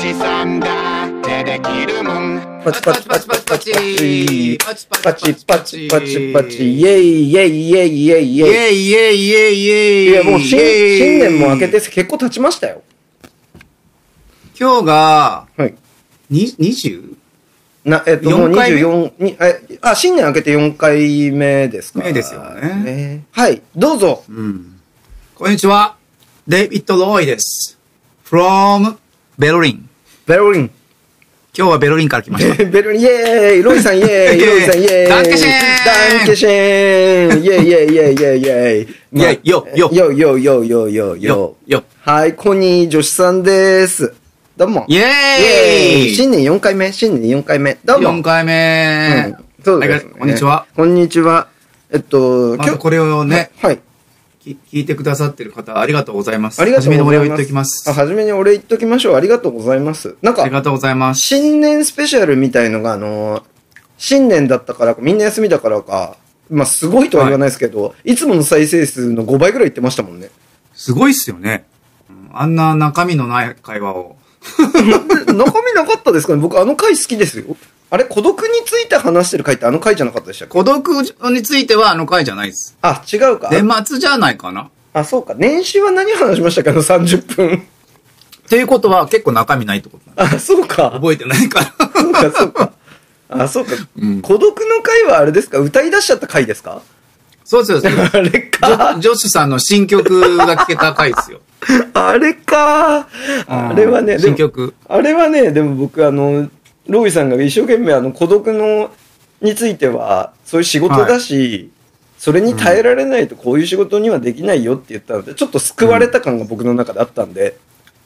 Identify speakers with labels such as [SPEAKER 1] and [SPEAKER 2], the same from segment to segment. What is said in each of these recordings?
[SPEAKER 1] じさんだってできるもん
[SPEAKER 2] パチパチパチパチパチパチパチパチパチイエイイエイイエイイエイイエ
[SPEAKER 1] イエイイエイイエイイエ
[SPEAKER 2] イ
[SPEAKER 1] イ
[SPEAKER 2] いやもう新
[SPEAKER 1] イエ
[SPEAKER 2] 新
[SPEAKER 1] イ
[SPEAKER 2] 年も明けて結構経ちましたよ
[SPEAKER 1] 今日が
[SPEAKER 2] はい
[SPEAKER 1] に 20?
[SPEAKER 2] なえっともう
[SPEAKER 1] 四回目
[SPEAKER 2] 24にえあ新年明けて4回目ですか
[SPEAKER 1] 目ですよね
[SPEAKER 2] はいどうぞ
[SPEAKER 1] うん。こんにちは。デイビッド・ロイです。from ベルリン。
[SPEAKER 2] ベルリン
[SPEAKER 1] 今日はベルリンから来ました。
[SPEAKER 2] ベルリンイエーイロイさんイエー イ
[SPEAKER 1] イエーイ
[SPEAKER 2] ロイさんイエーイ
[SPEAKER 1] ダンケシェーン
[SPEAKER 2] ダンケシェーンイエーイイエーイイエーイイエーイイエーイまあ
[SPEAKER 1] イェイよよ
[SPEAKER 2] よよよよよよ
[SPEAKER 1] よ、よ。
[SPEAKER 2] はい、コニー女子さんです。どうも。
[SPEAKER 1] イエーイ
[SPEAKER 2] 新年4回目、新年4回目。どうも。
[SPEAKER 1] 4回目
[SPEAKER 2] うん。そうです、
[SPEAKER 1] はいこんにちは。。
[SPEAKER 2] こんにちは。えっと、
[SPEAKER 1] またこれをね、
[SPEAKER 2] はい。
[SPEAKER 1] き聞いてくださってる方、ありがとうございます。
[SPEAKER 2] ありがとうございます。
[SPEAKER 1] 初めにお礼を言っておきます。
[SPEAKER 2] あ、
[SPEAKER 1] あ
[SPEAKER 2] はじめにお礼言っときましょう。ありがとうございます。なんか
[SPEAKER 1] り、がとうございます。
[SPEAKER 2] 新年スペシャルみたいのが、あのー、新年だったからか、みんな休みだからか、まあ、すごいとは言わないですけど、い、つもの再生数の5倍ぐらい言ってましたもんね。
[SPEAKER 1] すごいっすよね。うんあんな中身のない会話を。
[SPEAKER 2] 中身なかったですかね僕、あの回好きですよ。あれ、孤独について話してる回ってあの回じゃなかったでしたっけ
[SPEAKER 1] 孤独についてはあの回じゃないです。
[SPEAKER 2] あ、違うか。
[SPEAKER 1] 年末じゃないかな。
[SPEAKER 2] あ、そうか。年始は何話しましたかの30分。
[SPEAKER 1] っていうことは結構中身ないってことなの
[SPEAKER 2] あ、そうか。
[SPEAKER 1] 覚えてないから。
[SPEAKER 2] そ うか、そうか。あ、そうか。
[SPEAKER 1] うん
[SPEAKER 2] 孤独の回はあれですか歌い出しちゃった回ですか
[SPEAKER 1] そうで すよ。
[SPEAKER 2] あれか。
[SPEAKER 1] 女子さんの新曲が聴けた回ですよ。
[SPEAKER 2] あれか。 あれはね、
[SPEAKER 1] うん
[SPEAKER 2] で
[SPEAKER 1] 新
[SPEAKER 2] も、
[SPEAKER 1] 曲。
[SPEAKER 2] あれはね、でも僕、あの、ロビさんが一生懸命、あの、孤独の、については、そういう仕事だし、それに耐えられないとこういう仕事にはできないよって言ったので、ちょっと救われた感が僕の中であったんで、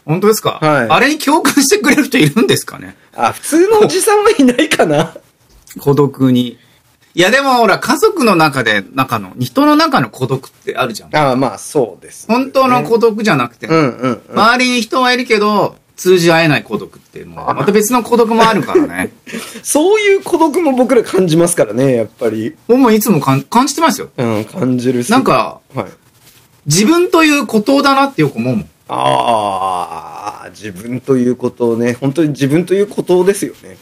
[SPEAKER 1] 本当ですか
[SPEAKER 2] はい
[SPEAKER 1] あれに共感してくれる人いるんですかね
[SPEAKER 2] あ、普通のおじさんはいないかな。
[SPEAKER 1] 孤独に。いやでもほら、家族の中で、中の、人の中の孤独ってあるじゃん。
[SPEAKER 2] ああ、まあ、そうです、
[SPEAKER 1] 本当の孤独じゃなくて、
[SPEAKER 2] うんうんうん。
[SPEAKER 1] 周りに人はいるけど、通じ合えない孤独って、もう、また別の孤独もあるから ね。
[SPEAKER 2] そういう孤独も僕ら感じますからね、やっぱり。
[SPEAKER 1] 僕もいつもかん感じてますよ。
[SPEAKER 2] うん、感じるし
[SPEAKER 1] なん、か、
[SPEAKER 2] はい。
[SPEAKER 1] 自分という孤島だなってよく思うもん。
[SPEAKER 2] ああ、自分ということをね、本当に自分ということですよね。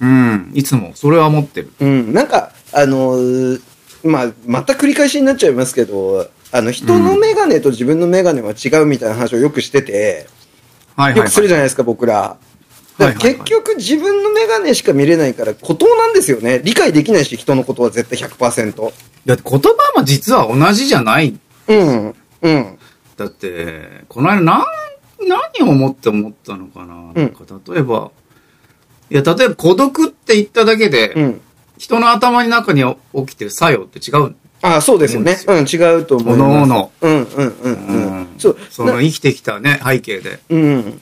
[SPEAKER 1] うん。いつも、それは思ってる。
[SPEAKER 2] うん、なんか、あのーまあ、また繰り返しになっちゃいますけど、あの、人のメガネと自分のメガネは違うみたいな話をよくしてて、
[SPEAKER 1] はいはい、
[SPEAKER 2] よ
[SPEAKER 1] は
[SPEAKER 2] く
[SPEAKER 1] い
[SPEAKER 2] す。るじゃないですか、僕ら。だから
[SPEAKER 1] はいはいはい
[SPEAKER 2] 結局自分のメガネしか見れないから、孤島なんですよね。理解できないし、人のことは絶対100%。
[SPEAKER 1] だって言葉も実は同じじゃない。
[SPEAKER 2] うん、うん。
[SPEAKER 1] だって、この間なん、何を思って思ったのかな。なんか例えば、いや、例えば孤独って言っただけで、
[SPEAKER 2] うん。
[SPEAKER 1] 人の頭の中に起きてる作用って違う。
[SPEAKER 2] ああ、そうですよね。うん、違うと思います。
[SPEAKER 1] おの
[SPEAKER 2] うん、うん、うん、うん。そう、
[SPEAKER 1] その生きてきたね、背景で。
[SPEAKER 2] うん。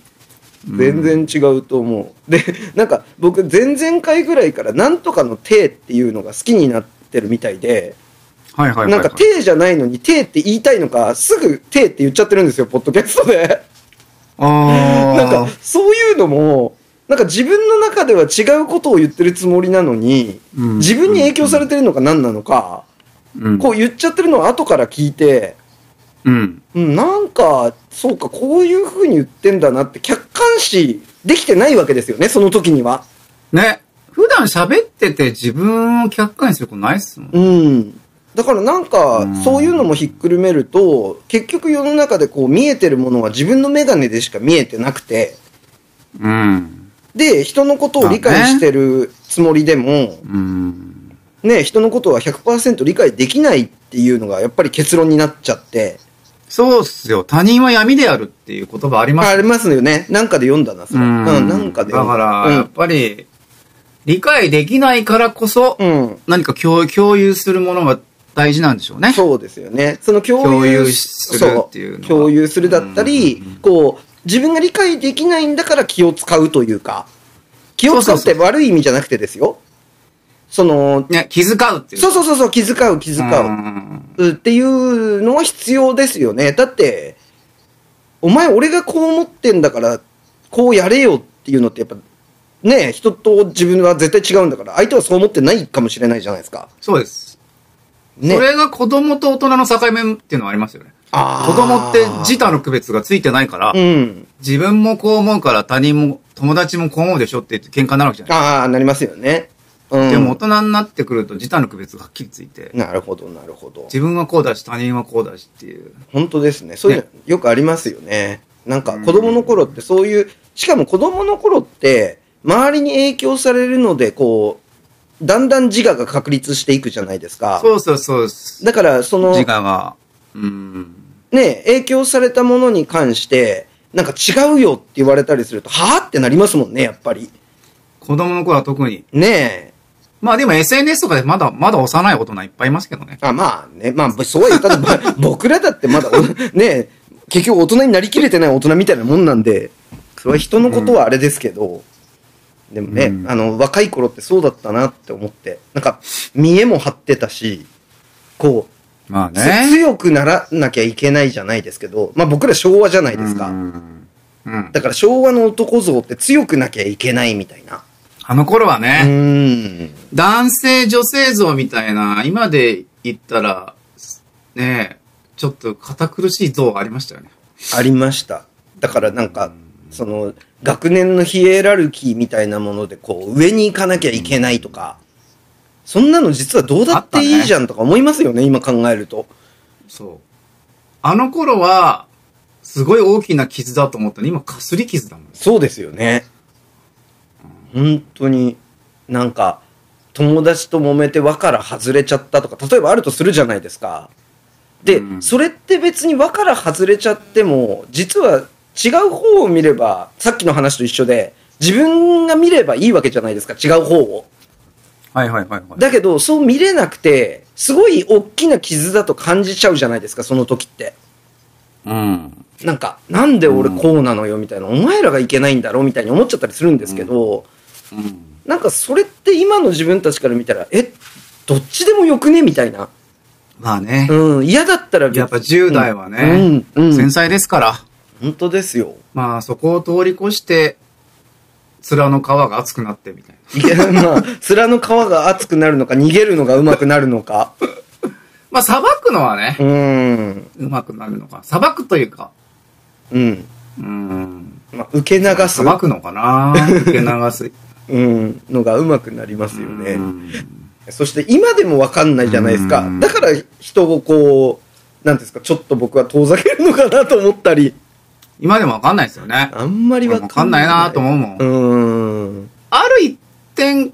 [SPEAKER 2] 全然違うと思う。で、なんか僕、前々回ぐらいから、なんとかの体っていうのが好きになってるみたいで、
[SPEAKER 1] はいはいはい、はい。
[SPEAKER 2] なんか体じゃないのに、体って言いたいのか、すぐ体って言っちゃってるんですよ、ポッドキャストで。
[SPEAKER 1] あ
[SPEAKER 2] なん
[SPEAKER 1] ー
[SPEAKER 2] か、そういうのも、なんか自分の中では違うことを言ってるつもりなのに、
[SPEAKER 1] うん
[SPEAKER 2] 自分に影響されてるのか何なのか、
[SPEAKER 1] うん、
[SPEAKER 2] こう言っちゃってるのを後から聞いて、
[SPEAKER 1] うん。
[SPEAKER 2] うん、なんか、そうか、こういう風に言ってんだなって、客観視できてないわけですよね、その時には。
[SPEAKER 1] ね。普段喋ってて自分を客観視することないっすもん。
[SPEAKER 2] うん。だからなんか
[SPEAKER 1] う、ん
[SPEAKER 2] そういうのもひっくるめると、結局世の中でこう見えてるものは自分の眼鏡でしか見えてなくて、
[SPEAKER 1] うん。
[SPEAKER 2] で、人のことを理解してるつもりでも、
[SPEAKER 1] うん。
[SPEAKER 2] ね、人のことは100%理解できないっていうのがやっぱり結論になっちゃって、
[SPEAKER 1] そうっすよ。他人は闇であるっていう言葉あります
[SPEAKER 2] あありますよね。なんかで読んだな、それ。うん、なんかで
[SPEAKER 1] だ
[SPEAKER 2] 読ん
[SPEAKER 1] か
[SPEAKER 2] だ。
[SPEAKER 1] ら、やっぱり、理解できないからこそ、
[SPEAKER 2] うん。うん
[SPEAKER 1] 何か共共有するものが大事なんでしょうね。
[SPEAKER 2] そうですよね。その共
[SPEAKER 1] 共
[SPEAKER 2] 有
[SPEAKER 1] 有するっていうのは
[SPEAKER 2] そ共有するだったり、こう、自分が理解できないんだから気を使うというか、気を使うっ
[SPEAKER 1] そうそう
[SPEAKER 2] て悪い意味じゃなくてですよ。その、
[SPEAKER 1] ね、気遣うっていう。
[SPEAKER 2] そうそうそうそう、気遣う、気遣う
[SPEAKER 1] うん
[SPEAKER 2] うっていうのは必要ですよね。だって、お前俺がこう思ってんだから、こうやれよっていうのってやっぱ、ねえ人と自分は絶対違うんだから、相手はそう思ってないかもしれないじゃないですか。
[SPEAKER 1] そうです。
[SPEAKER 2] ね。
[SPEAKER 1] それが子供と大人の境目っていうのはありますよね。
[SPEAKER 2] あ
[SPEAKER 1] 子供って自他の区別がついてないから、
[SPEAKER 2] うん。
[SPEAKER 1] 自分もこう思うから他人も友達もこう思うでしょって言って喧嘩になるわけじゃない。
[SPEAKER 2] ああ、なりますよね。うん。
[SPEAKER 1] でも大人になってくると自他の区別がはっきりついて、
[SPEAKER 2] なるほど、なるほど。
[SPEAKER 1] 自分はこうだし他人はこうだしっていう。
[SPEAKER 2] 本当ですね。そういうのよくありますよね。なんか子供の頃ってそういう、しかも子供の頃って、周りに影響されるので、こう、だんだん自我が確立していくじゃないですか。
[SPEAKER 1] そうそうそうです。
[SPEAKER 2] だから、その、ね、
[SPEAKER 1] 自我が。うん。
[SPEAKER 2] 影響されたものに関して、なんか違うよって言われたりすると、はぁってなりますもんね、やっぱり。
[SPEAKER 1] 子供の頃は特に。
[SPEAKER 2] ねえ。
[SPEAKER 1] まあでも SNS とかでまだ、まだ幼い大人いっぱいいますけどね。
[SPEAKER 2] あ、まあね。まあ、そうは言ったら、まあ 僕らだってまだ、おねえ、結局大人になりきれてない大人みたいなもんなんで、それは人のことはあれですけど、でもね、
[SPEAKER 1] うん
[SPEAKER 2] あの、若い頃ってそうだったなって思って、なんか、見栄も張ってたし、こう、
[SPEAKER 1] まあ
[SPEAKER 2] つ。強くならなきゃいけないじゃないですけど、まあ僕ら昭和じゃないですか。
[SPEAKER 1] うん。うん
[SPEAKER 2] だから昭和の男像って強くなきゃいけないみたいな。
[SPEAKER 1] あの頃は
[SPEAKER 2] う
[SPEAKER 1] ね、
[SPEAKER 2] ーん。
[SPEAKER 1] 男性女性像みたいな、今で言ったら、ねえ、ちょっと堅苦しい像がありましたよね。
[SPEAKER 2] ありました。だからなんか、その、学年のヒエラルキーみたいなもので、こう、上に行かなきゃいけないとか、そんなの実はどうだっていいじゃんとか思いますよね、今考えると。
[SPEAKER 1] そう。あの頃は、すごい大きな傷だと思ったのに、今、かすり傷だもん。
[SPEAKER 2] そうですよね。本当に、なんか、友達と揉めて輪から外れちゃったとか、例えばあるとするじゃないですか。で、
[SPEAKER 1] うん
[SPEAKER 2] それって別に輪から外れちゃっても、実は違う方を見れば、さっきの話と一緒で、自分が見ればいいわけじゃないですか、違う方を。
[SPEAKER 1] はいはいはいは
[SPEAKER 2] だけど、そう見れなくて、すごい大きな傷だと感じちゃうじゃないですか、その時って。
[SPEAKER 1] うん。
[SPEAKER 2] なんか、なんで俺こうなのよ、みたいな、お前らがいけないんだろ、みたいに思っちゃったりするんですけど、
[SPEAKER 1] うん。
[SPEAKER 2] なんかそれって今の自分たちから見たら、え、どっちでもよくねみたいな。
[SPEAKER 1] まあね。
[SPEAKER 2] うん、嫌だったら別
[SPEAKER 1] やっぱ10代はね、
[SPEAKER 2] うん、うん、う
[SPEAKER 1] 繊
[SPEAKER 2] ん、
[SPEAKER 1] 細ですから。
[SPEAKER 2] 本当ですよ。
[SPEAKER 1] まあ、そこを通り越して、面の皮が厚くなってみたいな。
[SPEAKER 2] いや、 まあ、面の皮が厚くなるのか、逃げるのがうまくなるのか。
[SPEAKER 1] まあ、裁くのはね
[SPEAKER 2] う、ん、
[SPEAKER 1] うまくなるのか。裁くというか、
[SPEAKER 2] うん。
[SPEAKER 1] うん。
[SPEAKER 2] まあ、受け流す、
[SPEAKER 1] 裁くのかな受け流す。
[SPEAKER 2] うん、のがうまくなりますよね。
[SPEAKER 1] うん
[SPEAKER 2] そして今でもわかんないじゃないですか
[SPEAKER 1] う。ん
[SPEAKER 2] だから人をこう、なんていうんですか、ちょっと僕は遠ざけるのかなと思ったり。
[SPEAKER 1] 今でもわかんないですよね。
[SPEAKER 2] あんまりわ
[SPEAKER 1] わかんないなと思うもん。
[SPEAKER 2] うん。
[SPEAKER 1] ある一点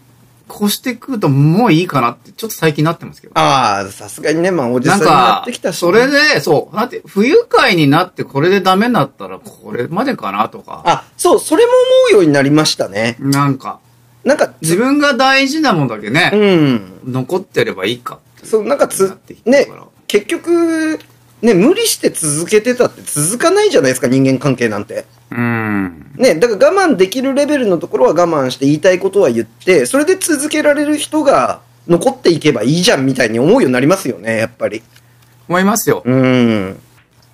[SPEAKER 1] 越してくるともういいかなって、ちょっと最近なってますけど。
[SPEAKER 2] ああ、さすがにね、まあ、おじさ
[SPEAKER 1] なんん
[SPEAKER 2] になっ
[SPEAKER 1] か
[SPEAKER 2] てきた、し、
[SPEAKER 1] それ。で、そう、だって、不愉快になってこれでダメになったら、これまでかなとか、
[SPEAKER 2] あ、そう、それも思うようになりましたね。
[SPEAKER 1] なんか、
[SPEAKER 2] なんか、
[SPEAKER 1] 自分が大事なもんだけね、
[SPEAKER 2] うん。
[SPEAKER 1] 残ってればいいかって
[SPEAKER 2] そう、なんか
[SPEAKER 1] なっ
[SPEAKER 2] つ
[SPEAKER 1] てき、た
[SPEAKER 2] ね
[SPEAKER 1] から、
[SPEAKER 2] 結局、ね、無理して続けてたって続かないじゃないですか、人間関係なんて。
[SPEAKER 1] うん。
[SPEAKER 2] ね、だから我慢できるレベルのところは我慢して言いたいことは言って、それで続けられる人が残っていけばいいじゃんみたいに思うようになりますよね、やっぱり。
[SPEAKER 1] 思いますよ。
[SPEAKER 2] うん。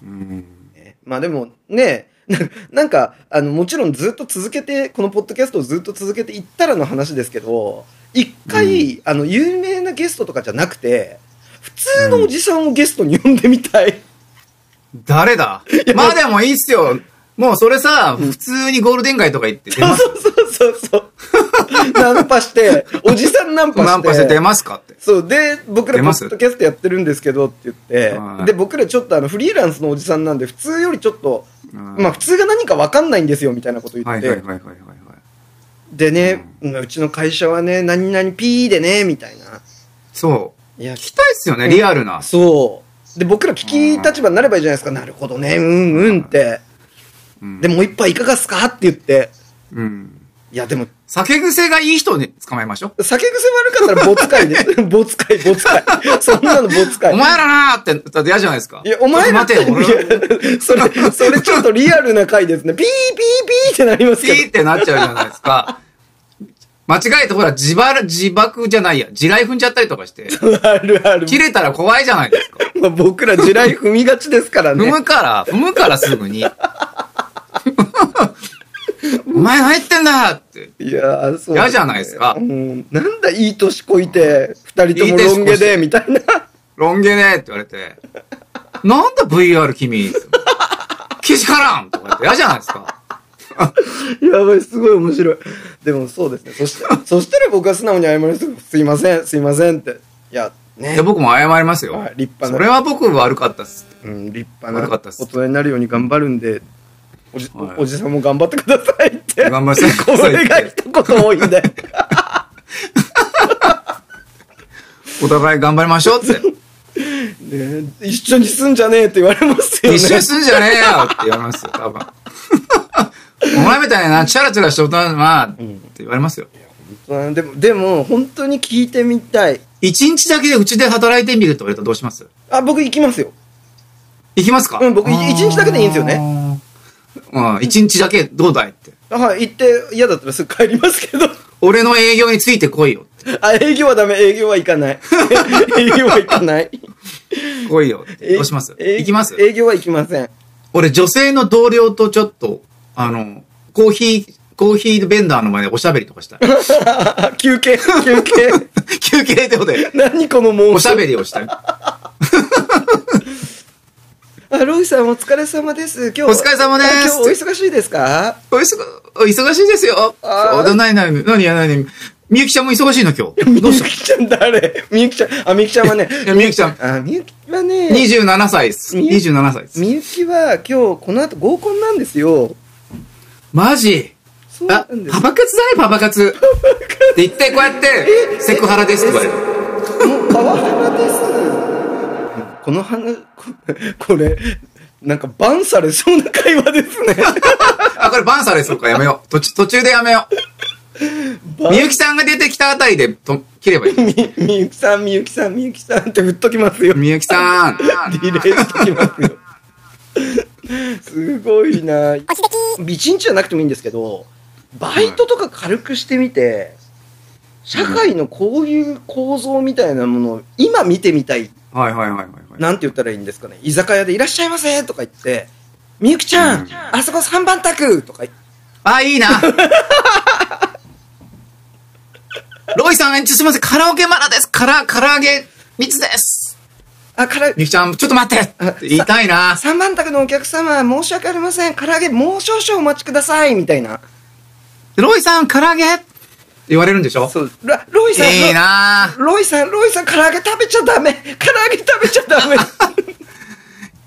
[SPEAKER 1] うん。
[SPEAKER 2] ねまあでもね、 ななんか、あの、もちろんずっと続けて、このポッドキャストをずっと続けていったらの話ですけど、一回、あの、有名なゲストとかじゃなくて、普通のおじさんをゲストに呼んでみたい。
[SPEAKER 1] 誰だまあでもいいっすよ。もうそれさ、普通にゴールデン街とか行って出ま す、
[SPEAKER 2] そうそう そうそう。ナンパして、おじさんナンパして。
[SPEAKER 1] ナンパして出ますかって。
[SPEAKER 2] そう。で、僕ら
[SPEAKER 1] 出
[SPEAKER 2] ポ
[SPEAKER 1] ます
[SPEAKER 2] ッドキャストやってるんですけどって言って
[SPEAKER 1] は、い
[SPEAKER 2] で、僕らちょっとあの、フリーランスのおじさんなんで、普通よりちょっと、
[SPEAKER 1] うん
[SPEAKER 2] まあ普通が何かわかんないんですよみたいなこと言って、
[SPEAKER 1] はいはいはいはいはいはい。
[SPEAKER 2] でね、うちの会社はね、何々ピーでね、みたいな。
[SPEAKER 1] そう。
[SPEAKER 2] いや、
[SPEAKER 1] 聞きたいっすよね、リアルな。
[SPEAKER 2] そう。で、僕ら聞き立場になればいいじゃないですか。なるほどね、うんうんって。
[SPEAKER 1] うん
[SPEAKER 2] で、もう一杯いかがっすかって言って。
[SPEAKER 1] うん。
[SPEAKER 2] いや、でも、
[SPEAKER 1] 酒癖がいい人に捕まえましょう。
[SPEAKER 2] 酒癖悪かったらボツ会で、 ボツ会、ボツ 会。そんなのボツ会。
[SPEAKER 1] お前らなーって言ったら嫌じゃないですか。
[SPEAKER 2] いや、お前ら
[SPEAKER 1] ちょっと待てよ、俺。
[SPEAKER 2] いやそれ、それちょっとリアルな回ですね。ピーピーピーってなります
[SPEAKER 1] ピ
[SPEAKER 2] け
[SPEAKER 1] ーってなっちゃうじゃないです か。間違えてほら、自爆、自爆じゃないや。地雷踏んじゃったりとかして。
[SPEAKER 2] ど。 あるある。
[SPEAKER 1] 切れたら怖いじゃないですか。
[SPEAKER 2] まあ僕ら地雷踏みがちですから
[SPEAKER 1] 踏
[SPEAKER 2] ね。
[SPEAKER 1] むから、踏むから すぐに。お前入ってんだって。
[SPEAKER 2] いやー、そう、
[SPEAKER 1] 嫌じゃないですか
[SPEAKER 2] うん。なんだ、いい年こいて、二人ともロン毛で、みたいな。
[SPEAKER 1] ロン毛ねって言われて。なんだ VR 君。けしからんとか言って嫌じゃないですか。
[SPEAKER 2] やばい、すごい面白い。でもそうですね。そ して、そしたら僕は素直に謝りすすいません、すいませんって。いや、
[SPEAKER 1] い
[SPEAKER 2] ね
[SPEAKER 1] や、。僕も謝りますよ
[SPEAKER 2] はい。立派な
[SPEAKER 1] それは僕悪かったっす。
[SPEAKER 2] うん、立派
[SPEAKER 1] 悪か
[SPEAKER 2] な
[SPEAKER 1] った
[SPEAKER 2] 大
[SPEAKER 1] です
[SPEAKER 2] 人になるように頑張るんで、おじ,、
[SPEAKER 1] はい
[SPEAKER 2] おじさんも頑張ってくださいって。
[SPEAKER 1] 頑張りなさ い
[SPEAKER 2] これが一言多い んで。
[SPEAKER 1] お互い頑張りましょうって。
[SPEAKER 2] ね一緒に住んじゃねえって言われますよね。
[SPEAKER 1] 一緒にすんじゃねえよって言われますよ、多分。お前みたいな、チャラチャラした大人は、って言われますよ。
[SPEAKER 2] うんでも、でも、本当に聞いてみたい。
[SPEAKER 1] 一日だけうちで働いてみると言われたらどうします
[SPEAKER 2] あ、僕行きますよ。
[SPEAKER 1] 行きますか
[SPEAKER 2] うん僕い一日だけでいいんですよ
[SPEAKER 1] ね。うん、一日だけどうだいって。
[SPEAKER 2] あはい、行って嫌だったらすぐ帰りますけど。
[SPEAKER 1] 俺の営業についてこいよって。
[SPEAKER 2] あ、営業はダメ、営業は行か ない。営業は行かない。
[SPEAKER 1] 来いよって。
[SPEAKER 2] え
[SPEAKER 1] どうします
[SPEAKER 2] え
[SPEAKER 1] 行きます
[SPEAKER 2] 営業は行きません。
[SPEAKER 1] 俺女性の同僚とちょっと、あの、コーヒー、コーヒーベンダーの前でおしゃべりとかしたい。
[SPEAKER 2] 休憩、休憩。
[SPEAKER 1] 休憩でで、
[SPEAKER 2] 何このも
[SPEAKER 1] おしゃべりをしたい。
[SPEAKER 2] あ、ロイさんお疲れ様です。今日
[SPEAKER 1] お疲れ様です
[SPEAKER 2] あ今日お忙しいですか
[SPEAKER 1] お忙お忙しいですよ。
[SPEAKER 2] あー
[SPEAKER 1] そうだ、なになに、なにやなに。みゆきちゃんも忙しいの今日。どう
[SPEAKER 2] み
[SPEAKER 1] し
[SPEAKER 2] ゆきちゃん誰みゆきちゃん、あ、みゆきちゃんは ね。
[SPEAKER 1] いやみゆきちゃん
[SPEAKER 2] あ、みゆきは
[SPEAKER 1] た
[SPEAKER 2] ね、
[SPEAKER 1] ?27 歳です。
[SPEAKER 2] みゆ
[SPEAKER 1] 27歳です。
[SPEAKER 2] みゆきは今日この後合コンなんですよ。
[SPEAKER 1] マジ
[SPEAKER 2] そうな
[SPEAKER 1] あ
[SPEAKER 2] んで、す
[SPEAKER 1] パパ活だね、パパ活。で、一体こうやって、セクハラですって言われる。
[SPEAKER 2] もうパワハラです。この話、ここれ、なんかバンされそうな会話です ね。
[SPEAKER 1] あ、これバンサレスとかやめよう。途中、途中でやめよう。
[SPEAKER 2] バン
[SPEAKER 1] みゆきさんが出てきたあたりで、と、切ればいい。
[SPEAKER 2] み、みゆきさん、みゆきさん、みゆきさんって振っときますよ。
[SPEAKER 1] みゆきさん。
[SPEAKER 2] リレーしてきますよ。すごいな。一日じゃなくてもいいんですけど、バイトとか軽くしてみて、社会のこういう構造みたいなものを今見てみたい。
[SPEAKER 1] はいはいはいはいはい。
[SPEAKER 2] なんて言ったらいいんですかね。居酒屋でいらっしゃいませとか言って、みゆきちゃん、
[SPEAKER 1] うん
[SPEAKER 2] あそこ3番卓とか言って
[SPEAKER 1] あ、いい な。ロイさん、えちょすみません、カラオケマナです。から、唐揚げ、蜜です。
[SPEAKER 2] あ、から、
[SPEAKER 1] みゆきちゃん、ちょっと待ってって言いたいな。
[SPEAKER 2] 3番卓のお客様、申し訳ありません。唐揚げ、もう少々お待ちください。みたいな。
[SPEAKER 1] ロイさん、唐揚げって言われるんでしょ
[SPEAKER 2] そう、ロロイさん、
[SPEAKER 1] いいな。
[SPEAKER 2] ロイさん、ロイさん、唐揚げ食べちゃダメ。唐揚げ食べちゃダ メ。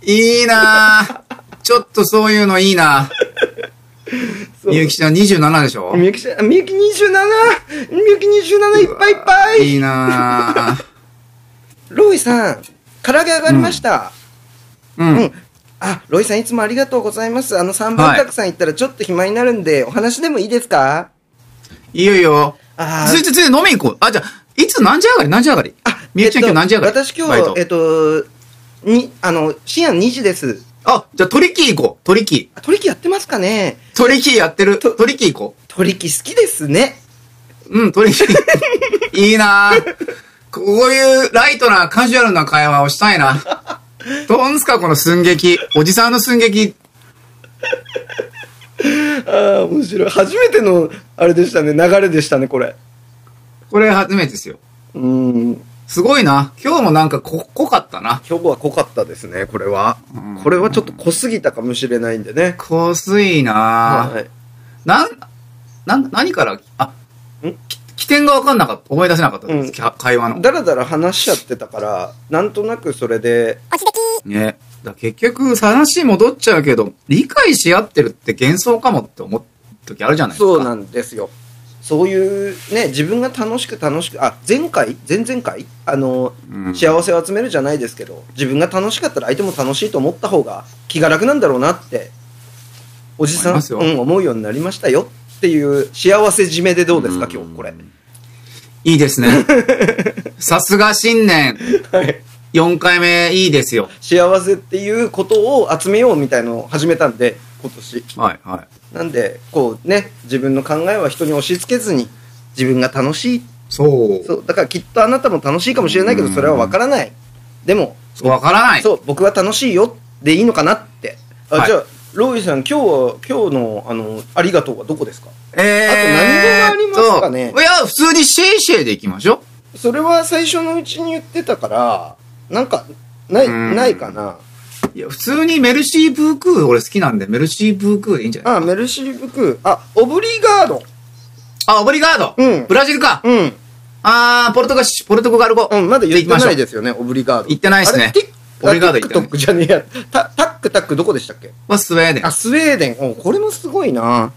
[SPEAKER 1] いいな。ちょっとそういうのい いな。みゆきちゃん、27でしょ
[SPEAKER 2] みゆきちゃん、みゆき27、みゆき27いっぱいいっぱい。
[SPEAKER 1] いいな。
[SPEAKER 2] ロイさん、唐揚げ上がりました。
[SPEAKER 1] う
[SPEAKER 2] うん。
[SPEAKER 1] ん。
[SPEAKER 2] あ、ロイさんいつもありがとうございます。あの3番卓さん行ったらちょっと暇になるんで、お話でもいいですか
[SPEAKER 1] いいよいいよ。
[SPEAKER 2] あ
[SPEAKER 1] つい
[SPEAKER 2] ー
[SPEAKER 1] ついつい飲みに行こう。あ、じゃあ、いつ何時上がり何時上がり
[SPEAKER 2] あ、
[SPEAKER 1] みゆきちゃん、今日何時上がり
[SPEAKER 2] えっと私
[SPEAKER 1] バイ
[SPEAKER 2] 今
[SPEAKER 1] ト
[SPEAKER 2] 日、えっと、に、あの、深夜の2時です。
[SPEAKER 1] あ、じゃあトリキー行こう。トリキー。
[SPEAKER 2] あ取引やってますかね
[SPEAKER 1] トリキーやってる。
[SPEAKER 2] と
[SPEAKER 1] トリキー行こ
[SPEAKER 2] 取引好きですね。
[SPEAKER 1] う。うん、ト リキー。いいなぁこういうライトなカジュアルな会話をしたいな。どうんすかこの寸劇。おじさんの寸劇。
[SPEAKER 2] ああ、面白い。初めての、あれでしたね、流れでしたね、これ。
[SPEAKER 1] これ初めてですよ。
[SPEAKER 2] うん。
[SPEAKER 1] すごいな。今日もなんかこ、濃かったな。
[SPEAKER 2] 今日は濃かったですね、これは
[SPEAKER 1] うん。
[SPEAKER 2] これはちょっと濃すぎたかもしれないんでね。
[SPEAKER 1] 濃すいなぁ、
[SPEAKER 2] はい。
[SPEAKER 1] なん、なん、何から、あ、
[SPEAKER 2] ん
[SPEAKER 1] き起点が分かんなかった。思い出せなかったで
[SPEAKER 2] うん
[SPEAKER 1] す。きゃ会話の。
[SPEAKER 2] だらだら話しちゃってたから、なんとなくそれで、
[SPEAKER 1] ね。だ結局、話戻っちゃうけど、理解し合ってるって幻想かもって思う時あるじゃないですか。
[SPEAKER 2] そうなんですよ。そういうね、自分が楽しく楽しく、あ、前回前々回あの、
[SPEAKER 1] うん
[SPEAKER 2] 幸せを集めるじゃないですけど、自分が楽しかったら相手も楽しいと思った方が気が楽なんだろうなって、おじさ
[SPEAKER 1] 思い
[SPEAKER 2] ん、
[SPEAKER 1] ますよ
[SPEAKER 2] うん、思うようになりましたよっていう幸せ締めでどうですか、今日これ。
[SPEAKER 1] いい ですね。さすが新年
[SPEAKER 2] はい。
[SPEAKER 1] 4回目いいですよ。
[SPEAKER 2] 幸せっていうことを集めようみたいのを始めたんで、今年。
[SPEAKER 1] はいは
[SPEAKER 2] なんで、こうね、自分の考えは人に押し付けずに、自分が楽しい。
[SPEAKER 1] い。そう。
[SPEAKER 2] そう、だからきっとあなたも楽しいかもしれないけど、
[SPEAKER 1] うん
[SPEAKER 2] それはわからない。でも、
[SPEAKER 1] そうわからない。
[SPEAKER 2] そう、僕は楽しいよでいいのかなって。あ、
[SPEAKER 1] はい
[SPEAKER 2] じゃあ、ロイさん、今日は、今日の、あの、ありがとうはどこですか
[SPEAKER 1] えー
[SPEAKER 2] あと何語がありますかね
[SPEAKER 1] っといや、普通にシェイシェイでいきましょ
[SPEAKER 2] それは最初のうちに言ってたから、なんか、ない、
[SPEAKER 1] うん
[SPEAKER 2] ないかな。
[SPEAKER 1] いや、普通にメルシーブークー俺好きなんで、メルシーブークーでいいんじゃない
[SPEAKER 2] あ、メルシーブクー。あ、オブリガード。
[SPEAKER 1] あ、オブリガード、
[SPEAKER 2] うん
[SPEAKER 1] ブラジルか、
[SPEAKER 2] うん。
[SPEAKER 1] あー、ポルトガシ、ポルトガル語。
[SPEAKER 2] うん、まだ言って
[SPEAKER 1] じゃ
[SPEAKER 2] な
[SPEAKER 1] あ
[SPEAKER 2] い
[SPEAKER 1] 行きましょう
[SPEAKER 2] ですよね、オブリガード。
[SPEAKER 1] 言ってないです
[SPEAKER 2] あ
[SPEAKER 1] ね
[SPEAKER 2] れティッ
[SPEAKER 1] オブリガード言ってない
[SPEAKER 2] あティックトックじゃねえや。タタックタックどこでしたっけ
[SPEAKER 1] はスウェーデン
[SPEAKER 2] あ、。スウェーデン。おこれもすごいな。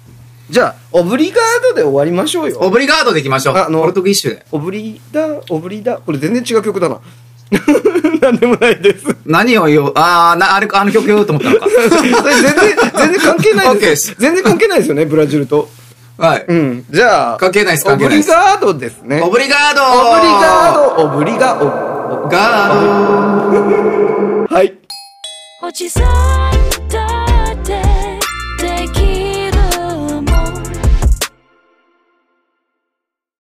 [SPEAKER 2] じゃあ、オブリガードで終わりましょう
[SPEAKER 1] オ
[SPEAKER 2] よ。
[SPEAKER 1] ブリガードでいきましょう。
[SPEAKER 2] ああの
[SPEAKER 1] ポルトギッシュで。
[SPEAKER 2] オブリダ、オブリダ。これ全然違う曲だな。 なんでもない です。そ
[SPEAKER 1] 何を言おう、あー、なあれ、あの曲言おうと思ったの か。
[SPEAKER 2] れ全然、全然関係ない
[SPEAKER 1] OK で
[SPEAKER 2] ですす。全然関係ないですよね、ブラジルと。
[SPEAKER 1] はい。
[SPEAKER 2] うん。じゃあ、
[SPEAKER 1] 関係ないです
[SPEAKER 2] オ
[SPEAKER 1] 関係
[SPEAKER 2] ブ
[SPEAKER 1] ない
[SPEAKER 2] リ
[SPEAKER 1] です
[SPEAKER 2] ガードですね。
[SPEAKER 1] オブリガード
[SPEAKER 2] オブリガード、オブリガー
[SPEAKER 1] ガード
[SPEAKER 2] ド。はい。
[SPEAKER 3] おじさん